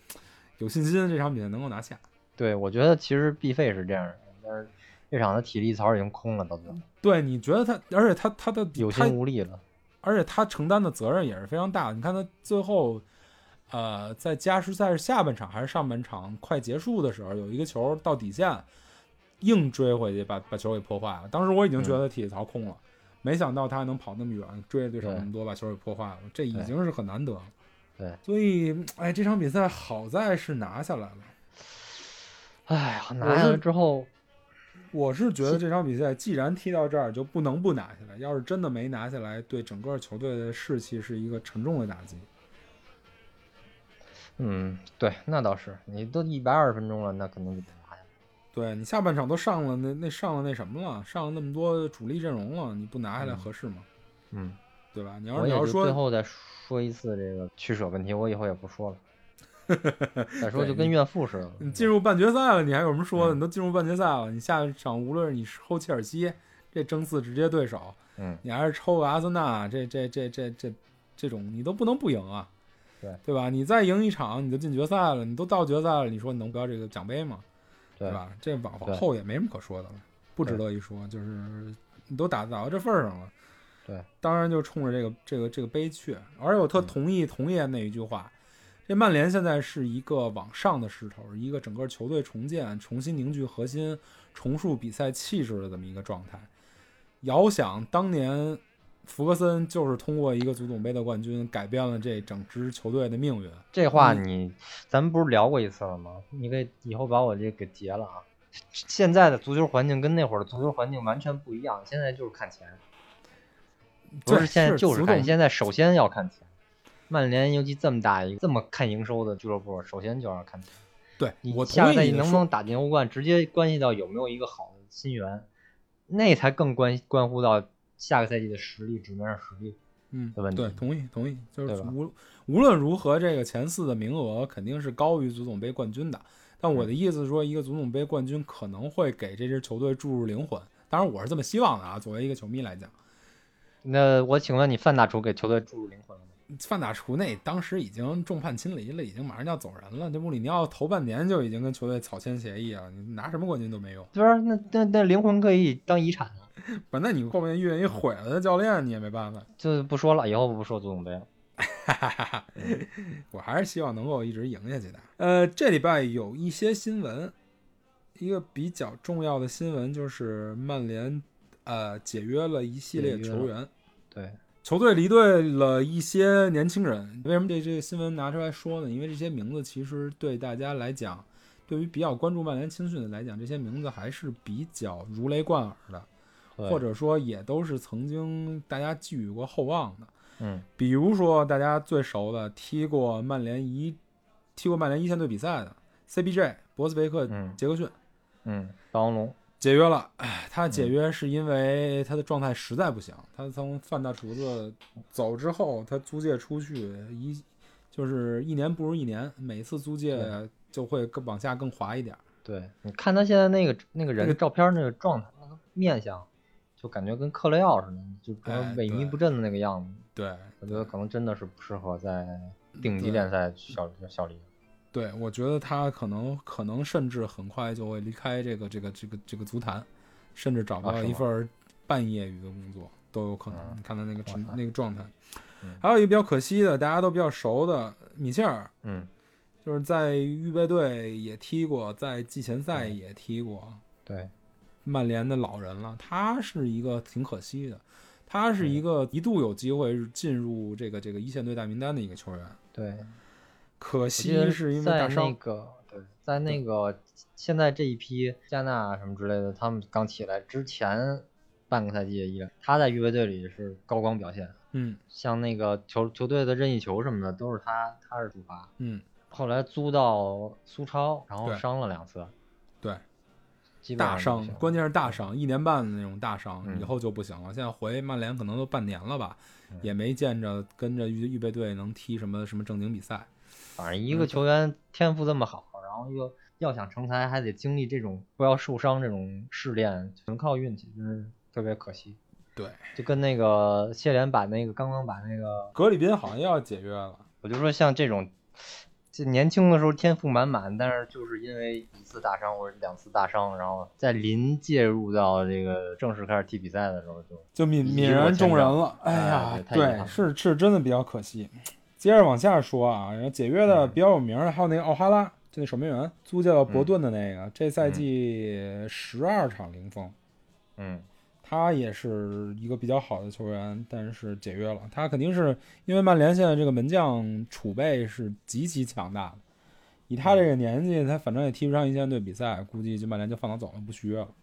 有信心这场比赛能够拿下。
对，我觉得其实毕费是这样的人，但是这场的体力槽已经空了，到最后
对，你觉得他，而且他他的
有
他
心无力了。
而且他承担的责任也是非常大的。你看他最后，呃，在加时赛下半场还是上半场快结束的时候，有一个球到底线，硬追回去把把球给破坏了。当时我已经觉
嗯
得体力槽空了，没想到他还能跑那么远，追着对手
对
那么多，把球给破坏了，这已
对
经是很难得了。
对
所以哎，这场比赛好在是拿下来了。
哎呀，
我
拿下来
是
之后，
我是觉得这场比赛既然踢到这儿，就不能不拿下来。要是真的没拿下来，对整个球队的士气是一个沉重的打击。
嗯，对，那倒是，你都一百二十分钟了，那肯定就得拿下。
对你下半场都上了那那上了那什么了，上了那么多主力阵容了，你不拿下来
嗯
合适吗？
嗯，
对吧？你要是
我
你
也
要
就是最
说，
后再说一次这个取舍问题，我以后也不说了。 再说
对
就跟
你
怨妇似的。
你进入半决赛了，你还有什么说的？
嗯
你都进入半决赛了，你下一场无论是你是抽切尔西这争四直接对手，
嗯，
你还是抽阿森纳这这这这这这种，你都不能不赢啊，
对
对吧？你再赢一场，你就进决赛了，你都到决赛了，你说你能不要这个奖杯吗？
对
对？吧？这往往
对
后也没什么可说的了，不值
对
得一说。就是你都打打到这份儿上了，
对，
当然就冲着这个这个这个杯去。而且我特
嗯
同意同业那一句话，这曼联现在是一个往上的势头，一个整个球队重建、重新凝聚核心、重塑比赛气质的这么一个状态。遥想当年，福格森就是通过一个足总杯的冠军，改变了这整支球队的命运。
这话你，咱们不是聊过一次了吗？你给以后把我这给截了啊！现在的足球环境跟那会儿的足球环境完全不一样，现在就是看钱，不
对
是现在就是
足
看，
总
现在首先要看钱。曼联尤其这么大一个这么看营收的俱乐部，首先就要看钱。
对
你
我
下
同
个赛
意
季
你的
能不
说
能打进欧冠，直接关系到有没有一个好的新援，那才更关关乎到下个赛季的实力，纸面上实力。
嗯
的问，
对，
题
同意同意，就是
对吧
无无论如何，这个前四的名额肯定是高于足总杯冠军的。但我的
嗯
意思是说，一个足总杯冠军可能会给这支球队注入灵魂，当然我是这么希望的啊。作为一个球迷来讲，
那我请问你范大厨给球队注入灵魂了吗？
范大厨那当时已经众叛亲离了，已经马上就要走人了。这穆里尼奥头半年就已经跟球队草签协议啊，你拿什么冠军都没用。
对吧？那那那灵魂可以当遗产啊。
反正你后面遇见一毁了的教练，你也没办法。
就不说了，以后不说足总杯了。
我还是希望能够一直赢下去的。呃，这礼拜有一些新闻，一个比较重要的新闻就是曼联呃解约了一系列
解约
球员，
对，
球队离队了一些年轻人。为什么这这个新闻拿出来说呢？因为这些名字其实对大家来讲，对于比较关注曼联青训的来讲，这些名字还是比较如雷贯耳的，
对
或者说也都是曾经大家寄予过厚望的。
嗯，
比如说大家最熟的踢过曼联一踢过曼联一线队比赛的 CBJ 博斯贝克
嗯
杰克逊、
嗯，霸王龙，
解约了，唉，他解约是因为他的状态实在不行。他从范大厨子走之后，他租借出去一就是一年不如一年，每次租借就会更往下更滑一点。
对，你看他现在那个那个人
那
的
个
照片儿那个状态，那个面相，就感觉跟克雷奥似的，就整个
哎
萎
对
靡不振的那个样子。
对，
我觉得可能真的是不适合在顶级联赛效效力。
对，我觉得他可能可能甚至很快就会离开这个这个这个这个足坛，甚至找不
啊
到
是
一
吗
份儿半业余的工作都有可能。
嗯
你看他那个成
哇塞
那个状态
嗯，
还有一个比较可惜的，大家都比较熟的米切尔，
嗯，
就是在预备队也踢过，在季前赛
嗯
也踢过，
对，
曼联的老人了。他是一个挺可惜的，他是
嗯
一个一度有机会进入这个这个一线队大名单的一个球员，
对，我
可
记得
惜是因为
在
大
那
伤。
个对，在那个现在这一批加纳什么之类的，他们刚起来之前半个赛季依然，他在预备队里是高光表现，
嗯
像那个球球队的任意球什么的都是他，他是主罚。
嗯，
后来租到苏超，然后
对
伤了两次，
对。
基本
大
上就不
伤
行，了
关键是大伤，一年半的那种大伤，
嗯
以后就不行了。现在回曼联可能都半年了吧，
嗯
也没见着跟着预预备队能踢什么什么正经比赛。
反正一
嗯
个球员天赋这么好，然后又要想成才，还得经历这种不要受伤这种试炼，全靠运气，真是特别可惜。
对，
就跟那个谢联把那个刚刚把那个，
格里宾好像要解约了，
我就说像这种，这年轻的时候天赋满满，但是就是因为一次大伤或者两次大伤，然后在临介入到这个正式开始踢比赛的时候就，
就泯
一
泯
落
然
千
众人
丈
了。哎呀
哎，对太遗憾
对，
了
是是真的比较可惜。接着往下说啊，然后解约的
嗯
比较有名的还有那个奥哈拉，就那守门员，租借到伯顿的那个，这赛
嗯
季十二场零封。
嗯，
他也是一个比较好的球员，但是解约了。他肯定是因为曼联现在这个门将储备是极其强大的，以他这个年纪，他反正也踢不上一线队比赛，估计就曼联就放他走了，不续约了。嗯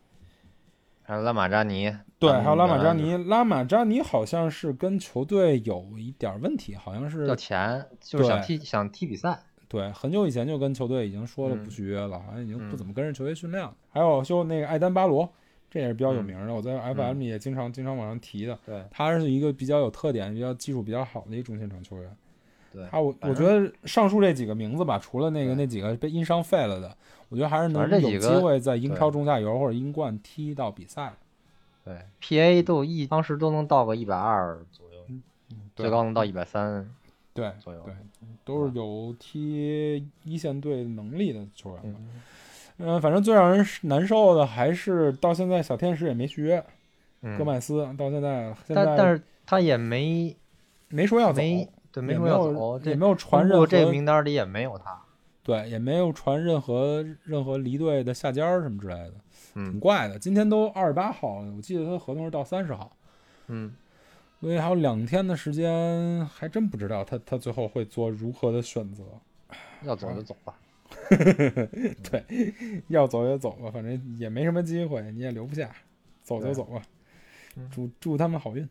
还有拉马扎尼，
对，
咱们
还有拉马
原
扎
来
尼，拉马扎尼好像是跟球队有一点问题，好像
要
是
钱，就是想
对
踢想踢比赛，
对很久以前就跟球队已经说了
嗯
不续约了，好像已经不
嗯
怎么跟着球队训练了。还有就那个艾丹巴罗，这也是比较有名的，我在 FM
嗯
里也经常经常往上提的。
对
他是一个比较有特点、比较技术比较好的一中前场球员。
对，
他我
反
我觉得上述这几个名字吧，除了那个那几个被因伤废了的，我觉得还是能
反正这
有
几
机
个
会在英
对
超中下游或者英冠踢到比赛。
对，PA 都一当时都能到个一百二左右，
嗯对
最高能到一百三。
对
左右
对，都是有踢一线队能力的球员吧。
嗯，
嗯、反正最让人难受的还是到现在小天使也没续约，戈麦斯到现在现在
嗯但但是他也没
没说要走，
没对
也
说
没
要
有
走，哦
也
这
没有传任
过
何
这个名单里也没有他。
对，也没有传任何任何离队的下家儿什么之类的，挺
嗯
怪的。今天都二十八号了，我记得他的合同是到三十号，
嗯，
所以还有两天的时间，还真不知道他他最后会做如何的选择。
要走就走吧。
要走也走吧，反正也没什么机会，你也留不下，走就
对
走吧
嗯。
祝祝他们好运。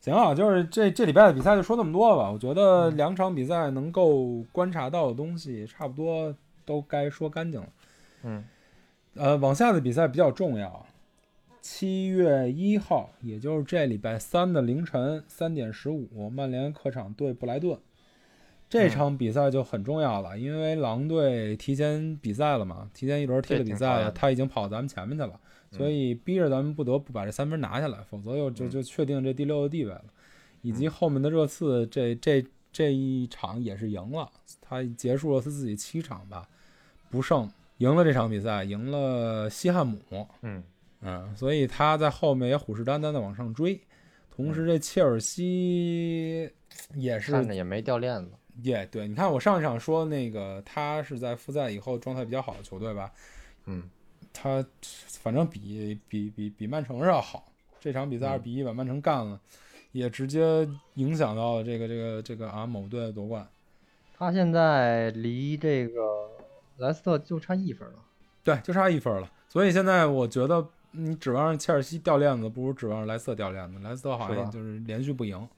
行啊，就是这这礼拜的比嗯赛就说这么多吧。我觉得两场比赛能够观察到的东西差不多都该说干净了。
嗯，
呃，往下的比赛比较重要。七月一号，也就是这礼拜三的凌晨三点十五，曼联客场对布莱顿。这
嗯
场比赛就很重要了，因为狼队提前比赛了嘛，提前一轮踢
这
了比
挺
赛
讨
了，
厌的
他已经跑咱们前面去了，所以逼着咱们不得不把这三分拿下来，否则又就
嗯
就确定这第六的地位了。以及后面的热刺这这这一场也是赢了，他结束了他自己七场吧不胜，赢了这场比赛，赢了西汉姆，
嗯，
嗯，所以他在后面也虎视眈眈的往上追。同时，这切尔西也是
嗯看着也没掉链子。
也对，你看我上一场说那个他是在复赛以后状态比较好的球队吧，
嗯，
他反正比比比比曼城是要好。这场比赛二
嗯
比一把曼城干了，也直接影响到了这个这个这个啊某队的夺冠。
他现在离这个莱斯特就差一分了。
对，就差一分了。所以现在我觉得你指望着切尔西掉链子，不如指望着莱斯特掉链子。莱斯特好
是
像
吧
就是连续不赢，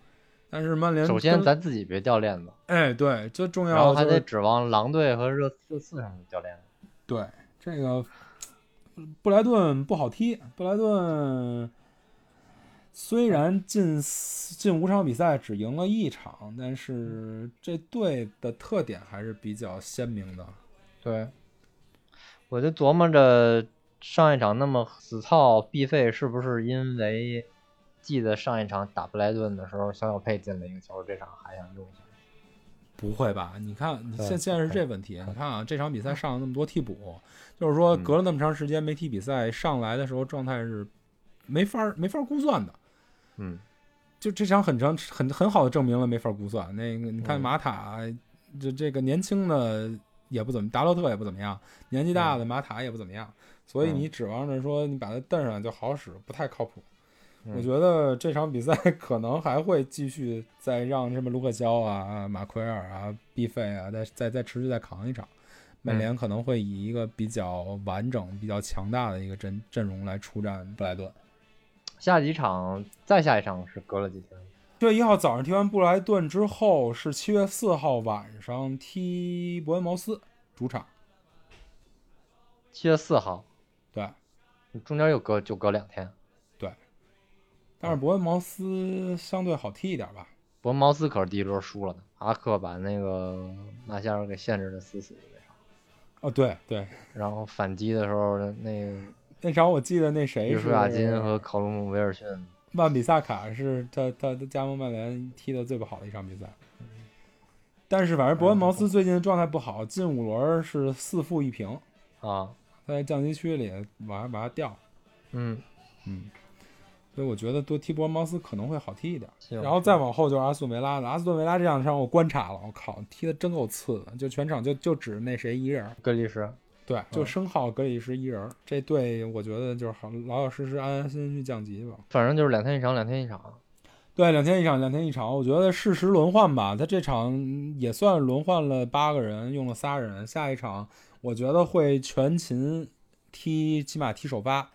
但是曼联
首先，
跟
咱自己别掉链子，
哎对，最重
然后
要
还
的就
得
是
指望狼队和热热刺上去掉链子。
对这个布莱顿不好踢，布莱顿虽然近四近五场比赛只赢了一场，但是这队的特点还是比较鲜明的。
对，我就琢磨着上一场那么死操必费是不是因为记得上一场打布莱顿的时候，小小佩进了一个球，这场还想用一下。
不会吧？你看，你
对
现现在是这问题。你看啊，这场比赛上了那么多替补，就是说隔了那么长时间没踢比赛，上来的时候状态是没法儿没法儿估算的。
嗯，
就这场很长很很好的证明了没法估算。那个你看
嗯
马塔，这这个年轻的也不怎么，达洛特也不怎么样，年纪大的马塔也不怎么样，所以
嗯
你指望着说你把他蹬上就好使，不太靠谱。我
嗯
觉得这场比赛可能还会继续再让什么卢克肖啊、马奎尔啊、毕费啊，再再再持续再扛一场。曼
嗯
联可能会以一个比较完整、比较强大的一个阵阵容来出战布莱顿。
下几场再下一场是隔了几天。
七月一号早上踢完布莱顿之后，是七月四号晚上踢伯恩茅斯主场。
七月四号，
对，
中间又隔就隔两天。
但
哦
是伯恩茅斯相对好踢一点吧。
伯恩茅斯可是第一轮输了的，阿克把那个纳夏尔给限制的死死的那场，
哦，对对，
然后反击的时候，那个
那场我记得那谁
约
是
书亚金和考鲁姆威尔逊
万比萨卡是他他他加盟曼联踢的最不好的一场比赛。但是反正伯恩茅斯最近状态不好，近五轮是四负一平，
啊，
在降级区里往下往下掉。
嗯，
所以我觉得多踢伯恩茅斯可能会好踢一点。
行
然后再往后就是啊阿斯顿维拉了。阿斯顿维拉这两场我观察了，我靠，踢的真够次的，就全场就就只那谁一人儿，
格里什，
对，就申浩、格里什一人儿。这队我觉得就是好老老实实、安安心心去降级吧。
反正就是两天一场，两天一场。
对，两天一场，两天一场，我觉得适时轮换吧。他这场嗯也算轮换了八个人，用了仨人，下一场我觉得会全勤踢，起码踢首发，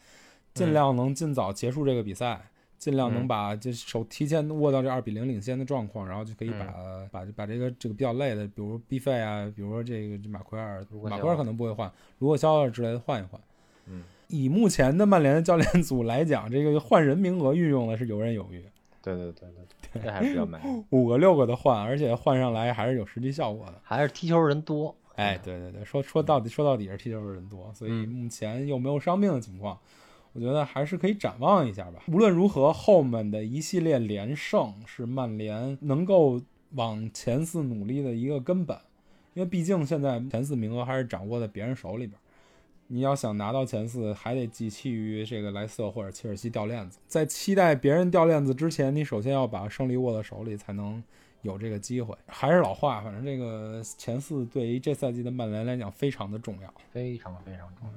尽
嗯
量能尽早结束这个比赛。尽量能
嗯
把这手提前握到这二比零领先的状况，然后就可以把、
嗯
把把这个这个比较累的，比如 B 费啊，比如说这个马奎尔
卢，克
马
肖
奎尔可能不会换，卢克肖尔之类的换一换。
嗯，
以目前的曼联的教练组来讲，这个换人名额运用的是游刃有余，
对对对对，这还是比较满意，
五个六个的换，而且换上来还是有实际效果的。
还是踢球人多。
哎，对对对，说说到底说到底是踢球的人多，所以
嗯
目前又没有伤病的情况，我觉得还是可以展望一下吧。无论如何，后面的一系列连胜是曼联能够往前四努力的一个根本，因为毕竟现在前四名额还是掌握在别人手里边儿。你要想拿到前四，还得寄期于这个莱斯特或者切尔西掉链子。在期待别人掉链子之前，你首先要把胜利握在手里，才能有这个机会。还是老话，反正这个前四对于这赛季的曼联来讲非常的重要，
非常非常重要。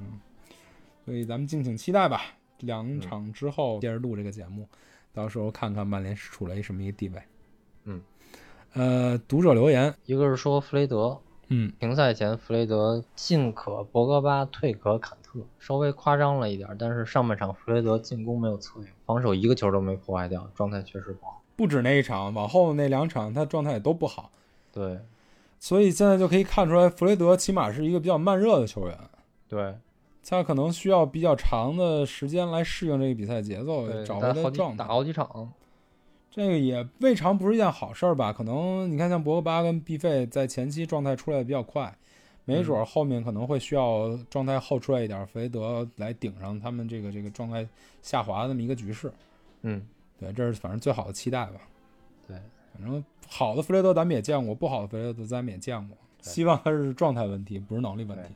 所以咱们敬请期待吧。两场之后接着录这个节目，到时候看看曼联是处于什么一个地位。
嗯，
呃，读者留言，
一个是说弗雷德，
嗯，
停赛前弗雷德进可博格巴，退可坎特，稍微夸张了一点，但是上半场弗雷德进攻没有策应，防守一个球都没破坏掉，状态确实不好。
不止那一场，往后那两场他状态也都不好。
对，
所以现在就可以看出来，弗雷德起码是一个比较慢热的球员，
对，
他可能需要比较长的时间来适应这个比赛节奏，
对
找
打
回他
好
的
几
状态
打。好几场，
这个也未尝不是一件好事儿吧？可能你看，像博格巴跟毕费在前期状态出来的比较快，没准儿后面可能会需要状态后出来一点儿，弗雷德来顶上他们这个这个状态下滑的这么一个局势。
嗯，
对，这是反正最好的期待吧。
对，
反正好的弗雷德咱们也见过，不好的弗雷德咱们也见过。
对
希望他是状态问题，不是能力问题。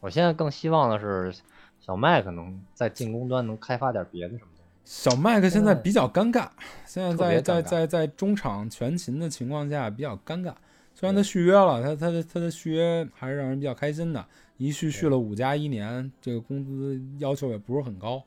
我现在更希望的是小麦可能在进攻端能开发点别的什么东西。
小麦克现在
现在
比较尴尬，现在
嗯特别
在在
尴
在
尬
在中场全勤的情况下比较尴尬。虽然他续约了，他他的他的续约还是让人比较开心的，一续续了五加一年，这个工资要求也不是很高，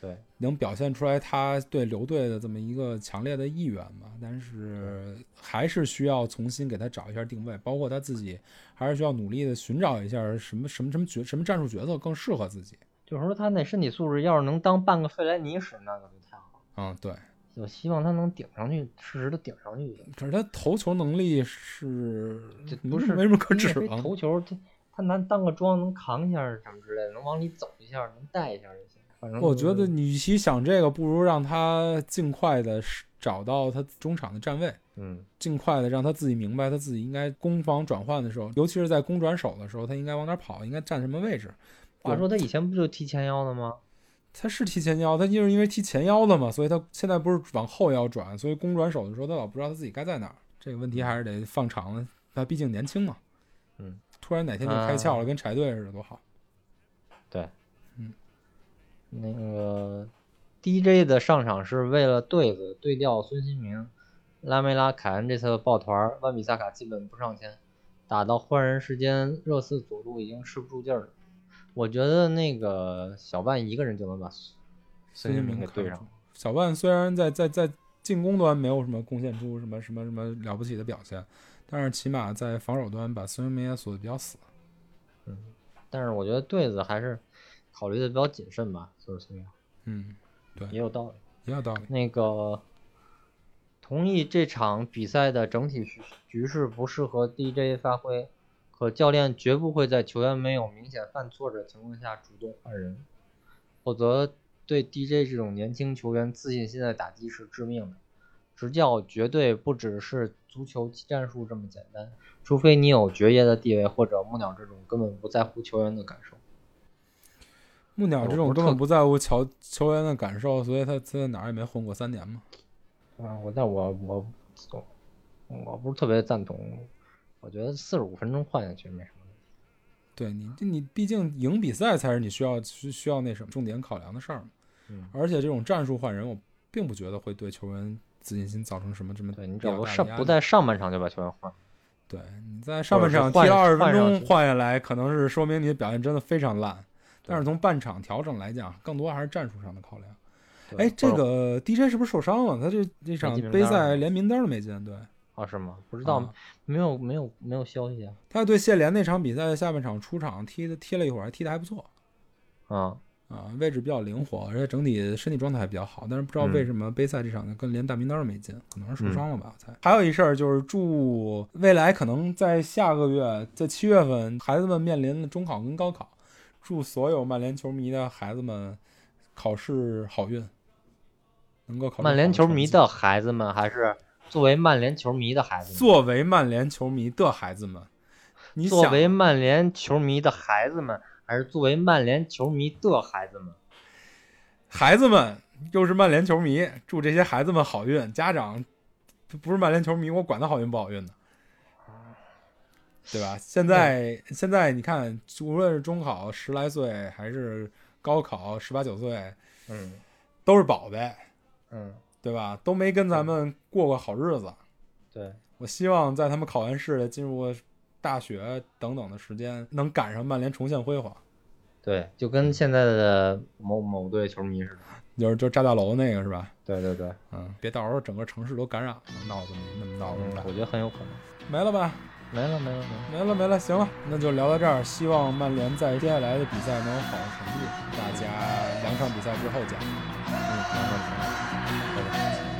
对，
能表现出来他对留队的这么一个强烈的意愿吧。但是还是需要重新给他找一下定位，包括他自己还是需要努力的寻找一下什么什么什么角什么战术角色更适合自己。
就是说他那身体素质要是能当半个费莱尼使，那可就太好了。
嗯，对。
我希望他能顶上去，适时的顶上去就行。
可是他投球能力是
这
没
不是
没什么可
你也
指
别
望。
投球，他他能当个桩，能扛一下什么之类的，能往里走一下，能带一下就行。反正
我
就
觉得
是
你与其想这个，不如让他尽快的找到他中场的站位，
嗯，
尽快的让他自己明白他自己应该攻防转换的时候，尤其是在攻转守的时候，他应该往哪跑，应该站什么位置。
话
对
说他以前不就踢前腰的吗？
他是踢前腰，他就是因为踢前腰的嘛，所以他现在不是往后腰转，所以攻转守的时候，他老不知道他自己该在哪儿。这个问题还是得放长了，他毕竟年轻嘛。
嗯，
突然哪天就开窍了，跟柴队似的，多好。
对，
嗯，
那个 DJ 的上场是为了对子对调孙兴民、拉梅拉、凯恩这次的抱团儿，万比萨卡基本不上前，打到换人时间，热刺左路已经吃不住劲儿了。我觉得那个小万一个人就能把 孙孙兴民给对上。
小万虽然在在在进攻端没有什么贡献出什么什么什么了不起的表现，但是起码在防守端把孙兴民也锁得比较死。
但是我觉得对子还是考虑的比较谨慎吧，就是孙杨
嗯，
也有道理。
也有道理。
那个同意这场比赛的整体局局势不适合 DJ 发挥，可教练绝不会在球员没有明显犯错的情况下主动换人，否则对 DJ 这种年轻球员自信心的打击是致命的。执教绝对不只是足球战术这么简单，除非你有爵爷的地位或者木鸟这种根本不在乎球员的感受。
木鸟这种根本不在乎球球员的感受，所以他他在哪儿也没混过三年嘛。
啊，我但我我我我不是特别赞同，我觉得四十五分钟换下去没什么问题。
对你，这你毕竟赢比赛才是你需要需需要那什么重点考量的事儿嘛。
嗯，
而且这种战术换人，我并不觉得会对球员自信心造成什么什么
对你只要
比较大的
不上
压
不
力
在上半场就把球员换，
对，你在上半
是
场踢
换
了二十分
换上
钟
去
换下来，可能是说明你的表现真的非常烂。但是从半场调整来讲，更多还是战术上的考量。
对
哎，这
或者
个 DJ 是不是受伤了？他这这场
进名
杯
单
赛
了
连名单都没进。对，
啊是吗？不知道，
啊
没有没有没有消息啊。
他对谢联那场比赛下半场出场踢的踢了一会儿，踢的还不错
啊，
啊，位置比较灵活，而且整体身体状态还比较好。但是不知道
嗯
为什么杯赛这场跟连大名单都没进，可能是受
嗯
伤了吧？我猜。还有一事儿就是，祝未来可能在下个月，在七月份，孩子们面临的中考跟高考，祝所有曼联球迷的孩子们考试好运，能够考出
曼联
好
球迷
成绩
的孩子们还是作为曼联球迷的孩子们，
作为曼联球迷的孩子们，你想
作为曼联球迷的孩子们，还是作为曼联球迷的孩子们。
孩子们又是曼联球迷，祝这些孩子们好运。家长不是曼联球迷，我管他好运不好运呢，对吧？现在现在你看，无论是中考十来岁，还是高考十八九岁，
嗯
都是宝贝，
嗯，
对吧？都没跟咱们过过好日子。
对，
我希望在他们考完试、进入大学等等的时间，能赶上曼联重现辉煌。
对，就跟现在的某某队球迷似的。
就是就是炸大楼那个是吧？
对对对，
嗯，别到时候整个城市都感染了，闹得那么闹
嗯
腾
我
的，
觉得很有可能。
没了吧？
没了没了没了。
没了没了，行了，那就聊到这儿。希望曼联在接下来的比赛能有好的成绩，大家两场比赛之后见。
嗯，好的好的。